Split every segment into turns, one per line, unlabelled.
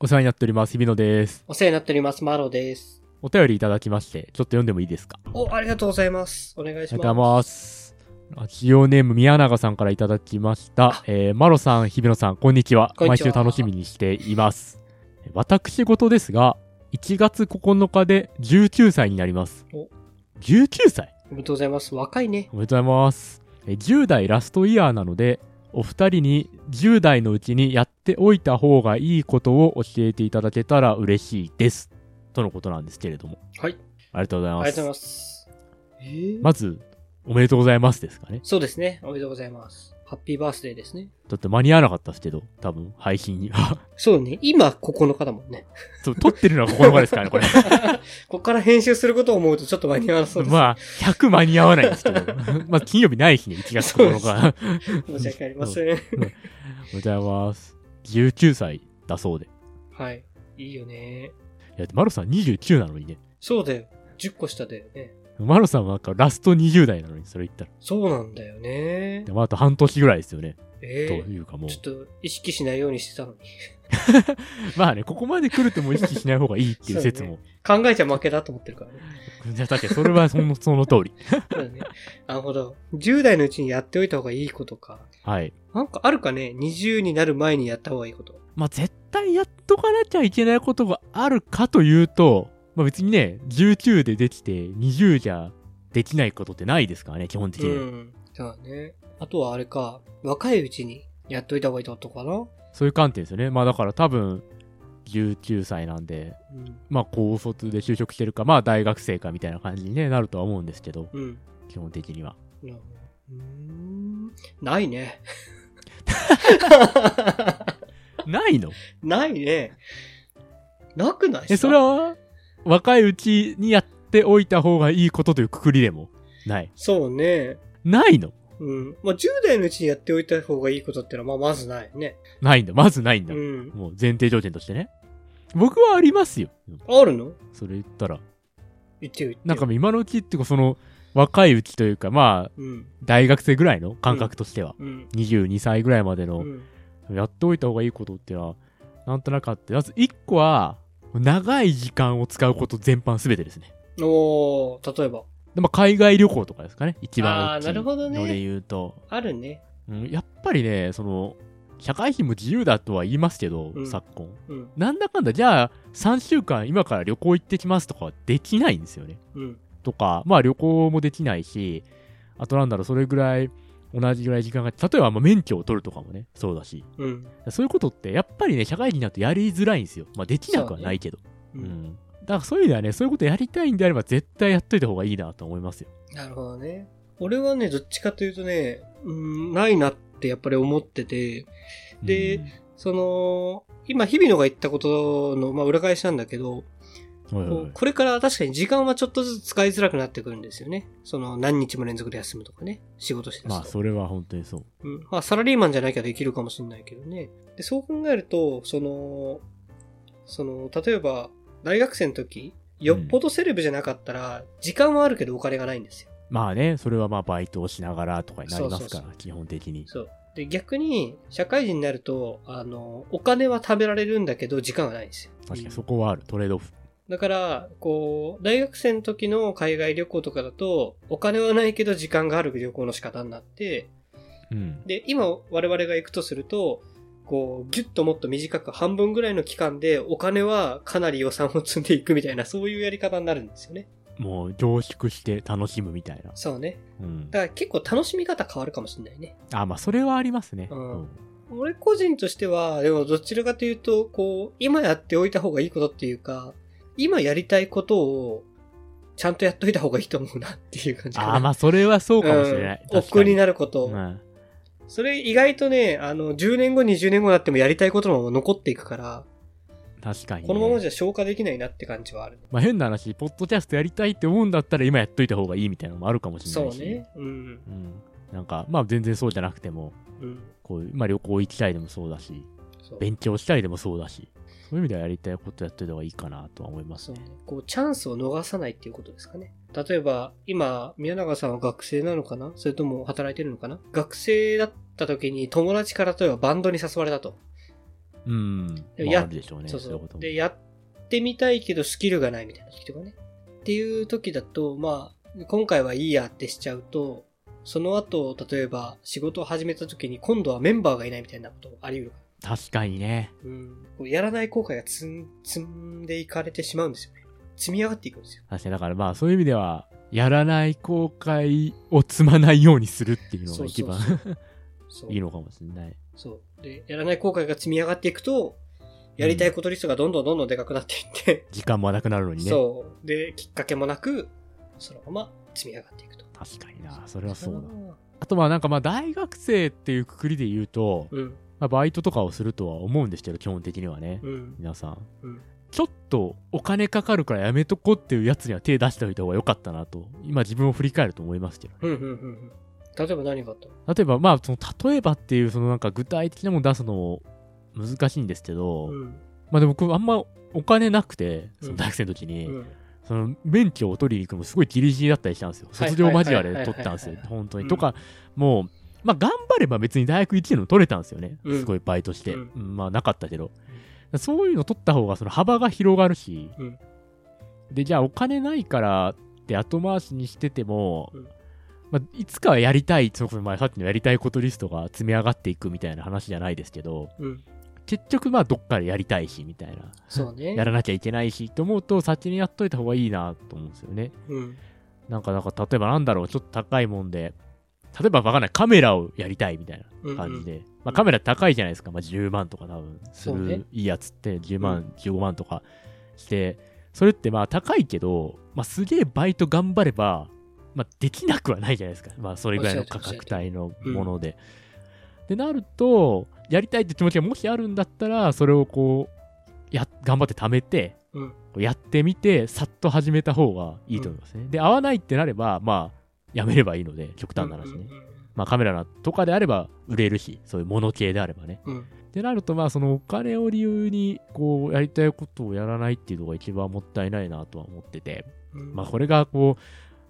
お世話になっております。日比野です。
お世話になっております。マロです。
お便りいただきまして、ちょっと読んでもいいですかあり
お、ありがとうございます。お願いし
がとう
ます。
ございます。ラジオネーム宮永さんからいただきました。えー、マロさん、日比野さん、こんにちは。
こんに
毎
ちは
週楽しみにしています。私事ですが、1月9日で19歳になります
お。
19歳
おめでとうございます。若いね。
おめでとうございます。え10代ラストイヤーなので、お二人に10代のうちにやっておいた方がいいことを教えていただけたら嬉しいです。とのことなんですけれども。
はい。
ありがとうござい
あり
ま
が
す。
とうござい
ま
ます。えー
ず、おめでとうございますですかね。
そうですね。おめでとうございます。ハッピーバースデーですね。
だって間に合わなかったですけど、多分、配信には。
そうね。今、9日だもんね。
そう撮ってるのは9日ですからね、これ。
こっから編集することを思うとちょっと間に合わなそうです。
まあ、100間に合わないんですけど。 まあ、金曜日ない日ね、1月9日。
申し訳ありません。
おめでとうございます。19歳だそうで。い
はい。いいよね。
や、マロさん29なのにね。
そうだよ。10個下だよね。
マロさんはなんかラスト20代なのに、それ言ったら。
そうなんだよね
で。もあと半年ぐらいですよね。
え
と
ー
いうかもう
ち。ょっと意識しないようにしてたのに。
まあね、ここまで来るともう意識しない方がいいっていう説
そ
も。
考えちゃ負けだと思ってるからね。
いや、だってそれはその、その通り。
そうだね。なるほど。10代のうちにやっておいた方がいいことか。
はい。
なんかあるかね ?20 になる前にやった方がいいこと。
まあ絶対やっとかなきゃいけないことがあるかというと、まあ別にね、19でできて20じゃできないことってないですからね、基本的
う
に。
ん。そうだね。あとはあれか、若いうちにやっといた方がいいってことかな
そういう観点ですよね。まあだから多分、19歳なんで、
うん。
まあ高卒で就職してるか、まあ大学生かみたいな感じにねなるとは思うんですけど、
うん。
基本的には。
なるほどうーん。な いね。
ないの
ないね。なくないっすか
え、それは、若いうちにやっておいた方がいいことというくくりでもない。
そうね。
ないの
うん。まあ、10代のうちにやっておいた方がいいことってのは、まあ、まずないね。
ないんだ。まずないんだ。
うん。
もう前提条件としてね。僕はありますよ。
あるの
それ言ったら。
言ってよ言ってよ。
なんか今のうちっていうか、その、若いうちというか、まあ、
うん。
大学生ぐらいの感覚としては。
うん。
22歳ぐらいまで
う
の、
ん。
やっておいた方がいいことっていうのは、なんとなくあって、まず1個は、長い時間を使うこと全般すべてですね。
おー、例えば。
でまあ、海外旅行とかですかね。一番大きい
あーなるほどね
ので言うと。
あるね。
うん、やっぱりね、その、社会費も自由だとは言いますけど、
うん
昨今。
うん。
なんだかんだ、じゃあ、3週間今から旅行行ってきますとかはできないんですよね。
うん。
とか、まあ旅行もできないし、あとなんだろう、それぐらい、同じぐらい時間が、例えばまあ免許を取るとかもね、そうだし。
うん。
そういうことって、やっぱりね、社会人になるとやりづらいんですよ。まあできなくはないけど。
う。
うんん。だからそういう意味ではね、そういうことやりたいんであれば、絶対やっといた方がいいなと思いますよ。
なるほどね。俺はね、どっちかというとね、うん、ないなってやっぱり思ってて、でその、今、日々のが言ったことの、まあ、裏返しなんだけど、
うん、はいはい
こ
は
う
い
これから確かに時間はちょっとずつ使いづらくなってくるんですよね。その、何日も連続で休むとかね、仕事して
まあ、
ますと。
それは本当にそう。
うんまあ、サラリーマンじゃなきゃできるかもしれないけどね。で、そう考えると、その、その、例えば、大学生の時、よっぽどセレブじゃなかったら、時間はあるけどお金がないんですよ。
まあね、それはまあバイトをしながらとかになります
そ
か
うそう
ら、基本的に。
そう。で、逆に、社会人になると、あの、お金は貯められるんだけど、時間がないんですよ。
確かにそこはある、トレードオフ。
だから、こう、大学生の時の海外旅行とかだと、お金はないけど時間がある旅行の仕方になって、
うん。
で、今我々が行くとすると、こう、ぎゅっともっと短く半分ぐらいの期間で、お金はかなり予算を積んでいくみたいな、そういうやり方になるんですよね。
もう凝縮して楽しむみたいな。
そうね。
うん。
だから結構楽しみ方変わるかもしれないね。
あ、まあそれはありますね。
うん俺個人としては、でもどちらかというと、こう、今やっておいた方がいいことっていうか、今やりたいことを、ちゃんとやっといた方がいいと思うなっていう感じかな。
あ、まあそれはそうかもしれない。
うん、
確
億劫に
な
なること、
うん。
それ意外とね、あの、10年後、20年後になってもやりたいことのまま残っていくから、
確かに、ね。
このままじ
ゃ。
ゃ消化できないなって感じはある。
まあ変な話、ポッドキャストやりたいって思うんだったら今やっといた方がいいみたいなのもあるかもしれ
そ
な
う
いし。
ね。。うん。
うん。なんか、まあ全然そうじゃなくても、
うん。
こう、まあ旅行行きたいでもそうだし、
そう
勉強したいでもそうだし、そういう意味ではやりたいことやっといた方がいいかなとは思います
そう
ね
ね。。こう、チャンスを逃さないっていうことですかね。例えば、今、宮永さんは学生なのかなそれとも働いてるのかな学生だった時に友達から例えばバンドに誘われたと。
うん。
でも
まあ
や
あるでしょうね。
そうそ
いうこ。とも
で、やってみたいけどスキルがないみたいな時とかね。っていう時だと、まあ、今回はいいやってしちゃうと、その後、例えば仕事を始めた時に今度はメンバーがいないみたいなこともあり得るか
確かにね。
ら。うん。こうやらない後悔が積ん積んでいかれてしまうんですよね。積み上がっていくんですよ。
確かに、だからまあそういう意味では、やらない後悔を積まないようにするっていうのが一番
そうそそう。
いいのかもしれない。
そう。で、やらない後悔が積み上がっていくと、やりたいことリストがどんどんどんどんでかくなっていって、
時間もなくなるのにね。
そう。で、きっかけもなく、そのまま積み上がっていくと。
確かにな。それはそうだ。
だ。
あとまあなんかまあ大学生っていうくくりで言うと、
うん、
まあ、バイトとかをするとは思うんですけど、基本的にはね。
うん、
皆さん。
うん。
ちょっとお金かかるからやめとこっていうやつには手出しておいた方が良かったなと、今自分を振り返ると思いますけどね。
うん、うん、うん。例えば何があったの
例えば、まあ、その、例えばっていう、そのなんか具体的なもの出すのも難しいんですけど、
うん、
まあでも僕あんまお金なくて、その
うん
大学生の時に、
うん、
その免許を取りに行くのもすごいギリギリだったりしたんですよ。
はい
卒業間際で取ったんです
はいはいはい
よ
は。い
本当に。
うん
とか、もう、まあ頑張れば別に大学1年の取れたんですよね。
うん
すごいバイトして。
うん
うんまあなかったけど。そういうの取った方がその幅が広がるし、
うん
で、じゃあお金ないからって後回しにしてても、
うん
まあ、いつかはやりたい、その前さっきのやりたいことリストが積み上がっていくみたいな話じゃないですけど、
うん。
結局まあどっかでやりたいし、みたいな。
そうね。
やらなきゃいけないしと思うと先にやっといた方がいいなと思うんですよね。
うん、
なんかなんか例えばなんだろうちょっと高いもんで例えばわかんないカメラをやりたいみたい
うん。
な感じで、まあ、カメラ高いじゃないですか、まあ、10万とか多分す
そうね
るいいやつって10万、15万とかしてそれってまあ高いけど、まあ、すげえバイト頑張れば、まあ、できなくはないじゃないですか、まあ、それぐらいの価格帯のもので。でなるとやりたいって気持ちがもしあるんだったらそれをこうや頑張って貯めて
うん、
やってみて、さっと始めた方がいいと思いますね。で、合わないってなれば、まあ、やめればいいので、極端な話ね。まあ、カメラとかであれば売れるし、そういうもの系であればね。
うん。うん、
ってなると、まあ、そのお金を理由に、こう、やりたいことをやらないっていうのが一番もったいないなとは思ってて、
うん。
まあ、これが、こう、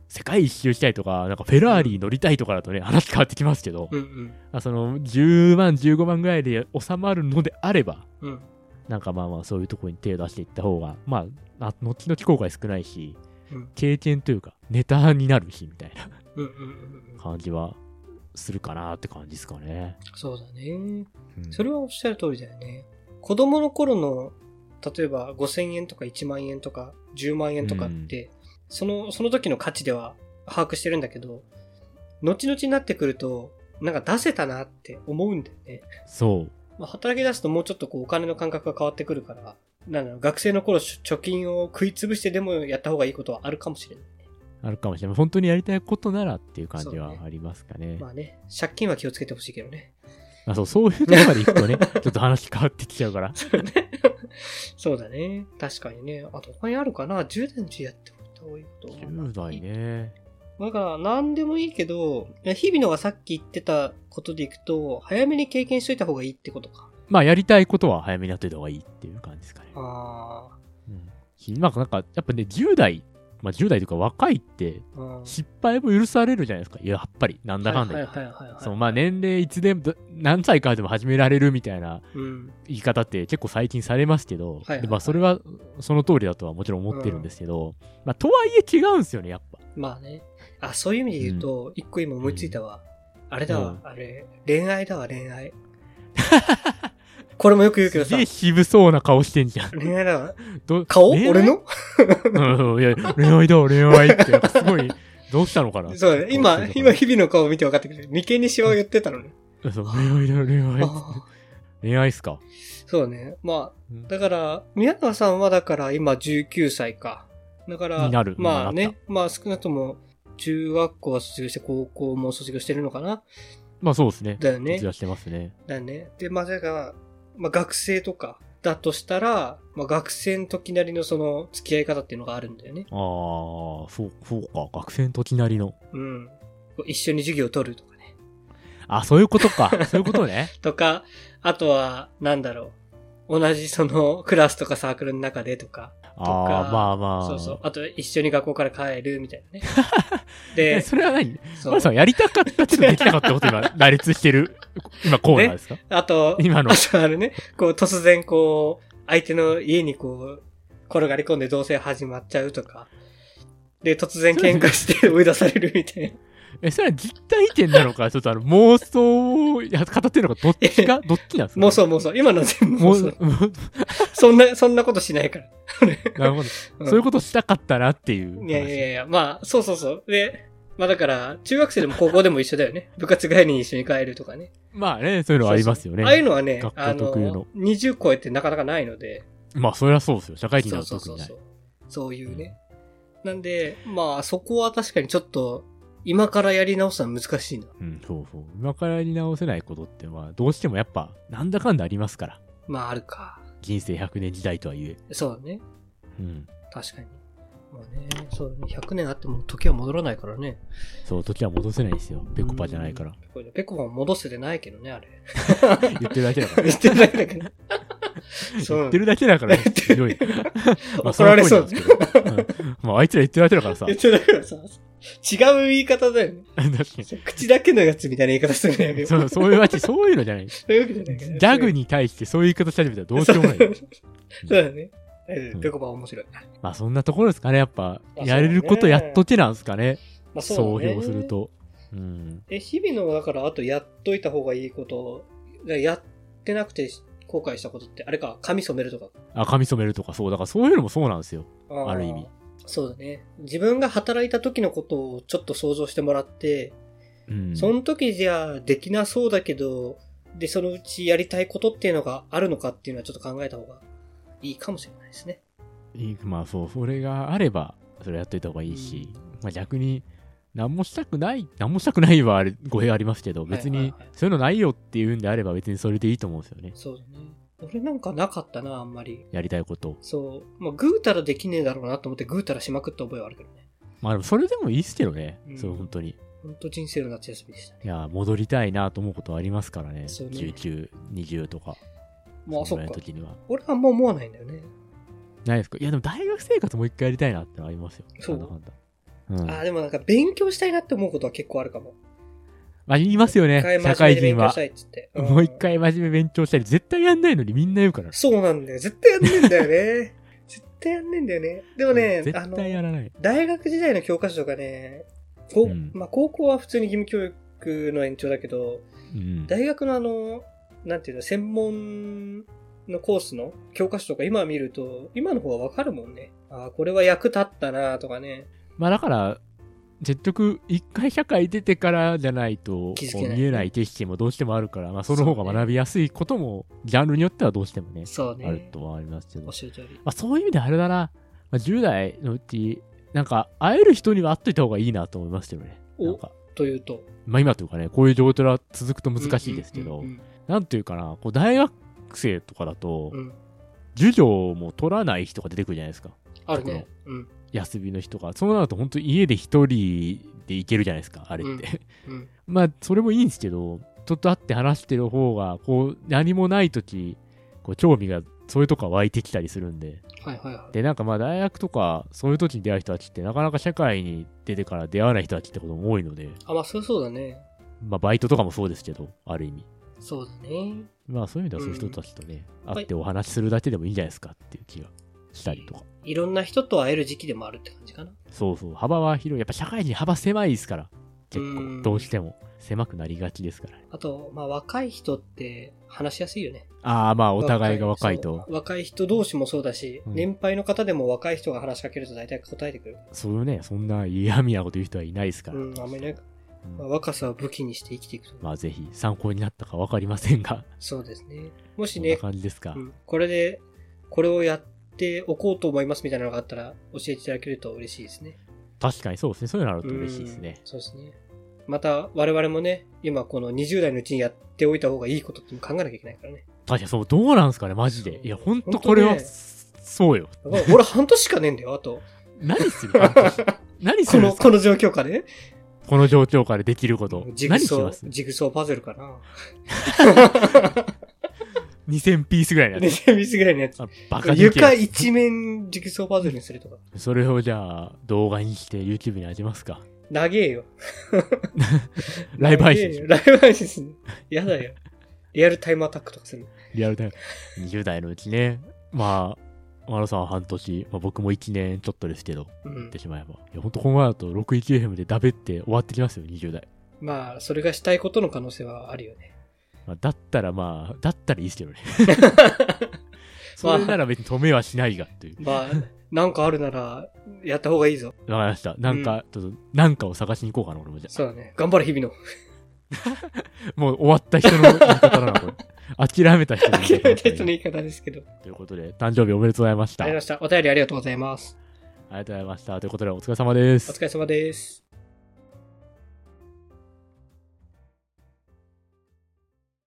世界一周したいとか、なんかフェラーリ乗りたいとかだとね、話変わってきますけど、
うん、うん、
まあその10万、15万ぐらいで収まるのであれば、
うん。
なんかまあまあそういうところに手を出していった方が、まあ、あ後々後悔少ないし、
うん
経験というか、ネタになるし、みたいな
うん、うん、うん。
感じはするかなって感じですかね。
そうだね。
うん
それはおっしゃる通りだよね。子供の頃の、例えば5000円とか1万円とか10万円とかって、その、その時の価値では把握してるんだけど、後々になってくると、なんか出せたなって思うんだよね。
そう。
まあ、働き出すともうちょっとこうお金の感覚が変わってくるから、なんだろう、学生の頃し貯金を食いつぶしてでもやった方がいいことはあるかもしれない。
あるかもしれない。本当にやりたいことならっていう感じ
そう
は
ね
ありますかね。
まあね、借金は気をつけてほしいけどね。
まあそう、そういうところまで行く とね、ちょっと話変わってきちゃうから。
そうだね。確かにね。あと他にあるかな ?10 代のうちやってもらった方がいいこと。
10代ね。
だから、何でもいいけど、いや日々のがさっき言ってたことでいくと、早めに経験しといた方がいいってことか。
まあやりたいことは早めにやっていた方がいいっていう感じですかね。
あ
うん。まあなんか、やっぱね、10代、まあ10代というか若いって、
ーあー。
失敗も許されるじゃないですか。いや、やっぱり、なんだかんだ
は
言
い
っ
はいはいはいはい。
そう、まあ年齢いつでも、ど何歳からでも始められるみたいな
うん。
言い方って結構最近されますけど、
はいはい
でまあそれはその通りだとはもちろん思ってるんですけど、まあとはいえ違うんですよね、やっぱ。
まあね。あ、そういう意味で言うと、一個今思いついたわ。あれだ
う
わ
ん、
あれ。恋愛だわ、恋愛。 これもよく言うけど
す
さ
げえ、渋そうな顔してんじゃん。
恋愛だわ。
ど
顔
恋愛
俺の
うん、いや、恋愛だ、恋愛って、なんかすごい、 どうしたのかな
そうだね。今、今、日々の顔を見て分かってくる。眉間にシワを言ってたのね。
今。そう恋愛だ、恋愛っつって。
あー
恋愛っすか。
そうね。まあ、
うん
だから、宮川さんはだから今19歳か。だから、
になる
まあ
なっ
ね、まあ少なくとも中学校は卒業して高校も卒業してるのかな。
まあそうですね。
だよね
卒業してますね。
だよね。で、まあだから、まあ学生とかだとしたら、まあ学生の時なりのその付き合い方っていうのがあるんだよね。
ああ、そう、そうか。学生の時なりの。
うん。こう一緒に授業を取るとかね。
あ、そういうことか。そういうことね。
とか、あとは、なんだろう。同じそのクラスとかサークルの中でとか、
ああー、まあまあ。
そうそう。あと一緒に学校から帰るみたい なね。
え、
で、
そ れは何
そ
マ
う
ルさんやりたかったけどできなかったこと今、 羅列してる、今コーナーですか
あと、
今の
あ。とあれね、こう突然こう、相手の家にこう、転がり込んで同棲始まっちゃうとか、で、突然喧嘩して追い出されるみたいな。
え、それは実体験なのか、 ちょっとあの、妄想をいや語ってるのか、どっち か、どっちなんですか
妄想妄想。今の全部妄
妄想
想。。そんな、そんなことしないから。
なるほど。
うん
そういうことしたかったなっていう話。
いやいやいやいや、まあ、そうそうそう。で、まあだから、中学生でも高校でも一緒だ よね。部活帰りに一緒に帰るとかね。
まあね、そういうのはありますよね。
そうそうああいうのはね、
学
あ
校特有の
の、20超えてなかなかないので。
まあ、それはそうですよ。社会人
そ
だと
うそ
特に
うそう
ない
そ。う。そういうね。なんで、まあ、そこは確かにちょっと、今からやり直すのは難しいな。
うん、そうそう。今からやり直せないことって、まあ、どうしてもやっぱ、なんだかんだありますから。
まあ、あるか。
人生100年時代とはいえ。
そうだね。
うん。
確かに。まあね、そうだね。100年あっても時は戻らないからね。
そう、時は戻せないですよ。ペコパじゃないから。
これペコパも戻せてないけどね、あれ。
言ってるだけだから。
言ってないだ けど。 そう
言ってるだけだから、ね、ひ どい。まあ
怒られそう
の通りなんですけど。うんまあ、あいつら言ってるだけだから さ。
言ってないからさ、違う言い方だよね。口だけのやつみたいな言い方するのやめよう。
そう、そういうわけ、そういうのじ ゃない。ギ
そういうわけじゃないから。
ャグに対してそういう言い方し始めたらどうしようもない。
そうそうだね。大丈
う
夫
ん
ぺこぱは面白い。
まあそんなところですかね、やっぱ。
まあ
やれることやっとけなんですかね。
まあ
総評する
と。
と。うん。
え、日々の、だから、あとやっといた方がいいこと、やってなくて後悔したことって、あれか、髪染めるとか。
あ、髪染めるとかそう。だからそういうのもそうなんですよ。
ー
ある意味。
そうだね。自分が働いた時のことをちょっと想像してもらって、
うん。
その時じゃあできなそうだけど、で、そのうちやりたいことっていうのがあるのかっていうのはちょっと考えた方がいいかもしれないですね。
いいまあそう、それがあれば、それやっといた方がいいし、まあ逆に、何もしたくない、何もしたくないはあれ語弊ありますけど、別
はい
に
はいはい、
そういうのないよっていうんであれば別にそれでいいと思うんですよね。
そうだね。俺なんかなかったな、あんまり。
やりたいこと。
そう。まあ、ぐうたらできねえだろうなと思ってぐうたらしまくった覚えはあるけどね。
まあでもそれでもいいですけどね
う。ん
そう、本当に。
ほんと人生の夏休みでしたね。
いや、戻りたいなと思うことはありますからね。
そうね
19、20とか。
まあ、そ
のぐらい
っ
の
か。
時には。
俺はもう思わないんだよね。
ないですかいや、でも大学生活もう一回やりたいなってのありますよ。
そう
なんだかんだ。うん。
ああ、でもなんか勉強したいなって思うことは結構あるかも。
まあ、言いますよね
一回、真
社
面目
会人
で勉強し
は
た。いっつって。ん
もう一。回真面目勉強したり、絶対やんないのにみんな言うから。
そうなんだよ。絶対やんねえんだ よね。絶対やんねえんだよね。でもね、あ
絶
の、
対やらない。
大学時代の教科書とかね、こう
うん
まあ、高校は普通に義務教育の延長だけど、
うん。
大学のあの、なんていうの、専門のコースの教科書とか今見ると、今の方がわかるもんね。ああ、これは役立ったなとかね。
まあだから、結局、一回社会出てからじゃないと、
気づけ
こう
ない
見えない景色もどうしてもあるから、まあその方が学びやすいことも、ジャンルによってはどうしてもね、
そう
あるとはありますけど。
おっ
ま
しゃる通り。
あそういう意味であれだな、まあ、10代のうち、なんか、会える人には会っといた方がいいなと思いますけどね。
お
なんか、
というと。
まあ今というかね、こういう状況が続くと難しいですけど、
うん
なんていうかな、こう大学生とかだと
うんう、んうん
授業も取らない人が出てくるじゃないですか。
あるね。うん。
休みの日とか。そうなると本当に家で一人で行けるじゃないですか、あれって。
うん。
まあ、それもいいんですけど、ちょっと会って話してる方が、こう、何もない時、こう、興味が、そういうとこが湧いてきたりするんで。
はいはいはい。
で、なんかまあ、大学とか、そういう時に出会う人たちって、なかなか社会に出てから出会わない人たちってことも多いので、
あ、まあ、そりゃそうだね。
まあ、バイトとかもそうですけど、ある意味。
そうだね。
まあそういう意味ではそういう人たちとね、会ってお話しするだけでもいいんじゃないですかっていう気がしたりとか。
いろんな人と会える時期でもあるって感じかな。
そうそう、幅は広い。やっぱ社会人幅狭いですから、結
う
構、
ん
どうしても狭くなりがちですからね。
あと、まあ、若い人って話しやすいよね。
ああ、まあお互いが若いと
そ、う若い人同士もそうだし、
うん
年配の方でも若い人が話しかけると大体答えてくる。
そういうね、そんな嫌味なこと言う人はいないですから。
うん、あんまりね、
うん
まあ、若さを武器にして生きていくと。
まあぜひ参考になったかわかりませんが、
そうですね。もし
こんな
ね、
感じですか
う。んこれで、これをやっておこうと思いますみたいなのがあったら、教えていただけると嬉しいですね。
確かにそうですね、そういうのあると嬉しいですね
うん。そうですね。また、我々もね、今この20代のうちにやっておいた方がいいことっていうの考えなきゃいけないからね。
確かにそう、どうなんですかね、マジ
そ
で。
う
いや、ほんとこれ
ほ
は、
んとね
そうよ。
やばい俺半年しかねえんだよ、あと。
何す る半年何す
こ
るんで
の、
すか
この状況下で、
この状況下でできること。
ジグ
何し
ソ
ます
ー、ジグソーパズルかな。
2000ピースぐらいのやつ。
2000ピースぐらいのやつ。
あバカでけえ
床
や
一面ジグソーパズルにするとか。
つそれをじゃあ、動画にして YouTube に上げ ますか。
長えよ。
ライブ配信でしょ
ライブ配信する。やだよ。リアルタイムアタックとかする。
リアルタイム。20代のうちね。まあ、マロさんは半年、まあ、僕も1年ちょっとですけど、
う
っ
ん
て。しまえば。いや、ほんとこのままだと 61FM でダベって終わってきますよ、20代。
まあ、それがしたいことの可能性はあるよね。
まあ、だったらまあ、だったらいいです けどね。それなら別に止めはしないがっていう。
まあ、なんかあるなら、やった方がいいぞ。
わかりました。なんか、ちょっと、なんかを探しに行こうかな、俺もじゃ
そうだね。頑張れ、日々の。
あ。もう終わった人の言い方だな、これ。諦めた人の言い
諦
方
め
だ
た人の言い方ですけど。
ということで、誕生日おめでとうございました。
ありがとうございました。お便りありがとうございます。
ありがとうございました。ということで、お疲れ様です
お。疲れ様です。